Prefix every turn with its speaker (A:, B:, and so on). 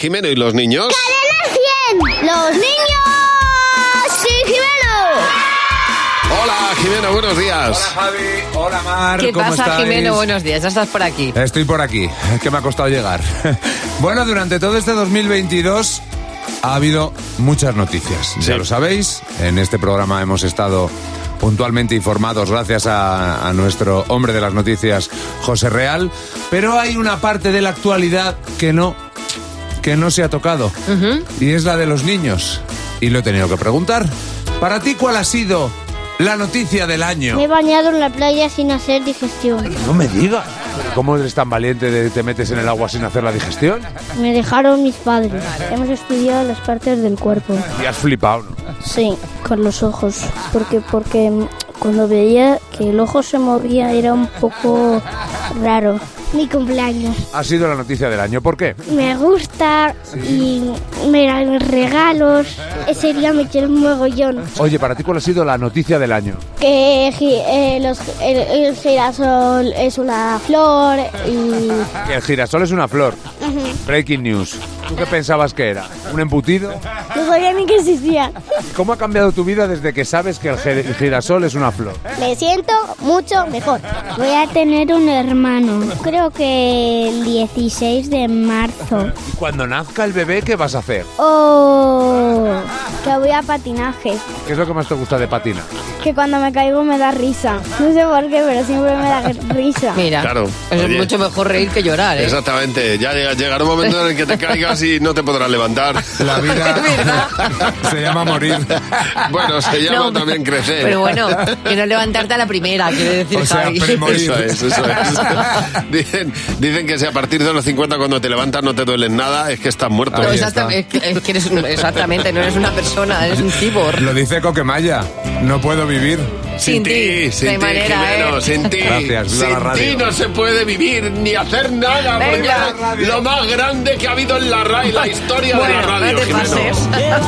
A: Jimeno y los niños.
B: ¡Cadena 100! ¡Los niños! ¡Sí, Jimeno!
A: Hola, Jimeno, buenos días.
C: Hola Javi, hola Mar,
D: ¿Qué
C: ¿cómo
D: pasa,
C: estáis?
D: Jimeno? Buenos días, ya estás por aquí.
C: Estoy por aquí, es que me ha costado llegar. Bueno, durante todo este 2022 ha habido muchas noticias, ya lo sabéis. En este programa hemos estado puntualmente informados gracias a, a nuestro hombre de las noticias, José Real. Pero hay una parte de la actualidad que no, que no se ha tocado y es la de los niños. Y lo he tenido que preguntar. Para ti, ¿cuál ha sido la noticia del año?
B: Me he bañado en la playa sin hacer digestión.
C: No me digas. ¿Cómo eres tan valiente de te metes en el agua sin hacer la digestión?
B: Me dejaron mis padres. Hemos estudiado las partes del cuerpo.
C: Y has flipado, ¿no?
B: Sí, con los ojos. Porque, porque cuando veía que el ojo se movía era un poco raro. Mi cumpleaños.
C: Ha sido la noticia del año. ¿Por qué?
B: Me gusta y me dan regalos. Ese día me quiero un mogollón.
C: Oye, para ti, ¿cuál ha sido la noticia del año?
B: Que gi- eh, los, el, el girasol es una flor y
C: Que el girasol es una flor. Breaking news. ¿Tú qué pensabas que era? ¿Un embutido?
B: no sabía ni que existía.
C: ¿Cómo ha cambiado tu vida desde que sabes que el gi- el girasol es una flor?
B: Me siento mucho mejor. Voy a tener un hermano. Creo que el 16 de marzo.
C: Y cuando nazca el bebé, ¿qué vas a hacer?
B: Oh, que voy a patinaje.
C: ¿Qué es lo que más te gusta de patina?
B: Que cuando me caigo me da risa. No sé por qué, pero siempre me da risa.
D: Mira,
A: Claro,
D: es
A: oye.
D: mucho mejor reír que llorar, ¿eh?
A: Exactamente, ya llega- llegará un momento en el que te caigas y no te podrás levantar.
C: La vida se llama morir.
A: Bueno, se llama
D: No,
A: también crecer.
D: Pero bueno, que no levantarte a la primera, quiere decir
C: O sea,
D: Javi.
C: primo-
A: Eso es, eso es. Dicen, dicen que si a partir de los 50 cuando te levantas no te duelen nada, es que estás muerto.
D: No,
C: Ahí
D: exacta- es que- es que eres un- exactamente, no eres una persona, eres un cibor.
C: Lo dice Coquemaya. No puedo vivir.
D: Sin ti,
A: sin
D: de
A: ti,
D: manera,
A: Jimeno,
D: ¿eh?
A: sin ti.
C: Gracias, viva
A: sin
C: la radio.
A: ti no se puede vivir ni hacer nada.
D: Venga.
A: porque Lo más grande que ha habido en la RAI, la historia de la
D: Bueno,
A: radio.
D: no te
A: Jimeno.
D: pases.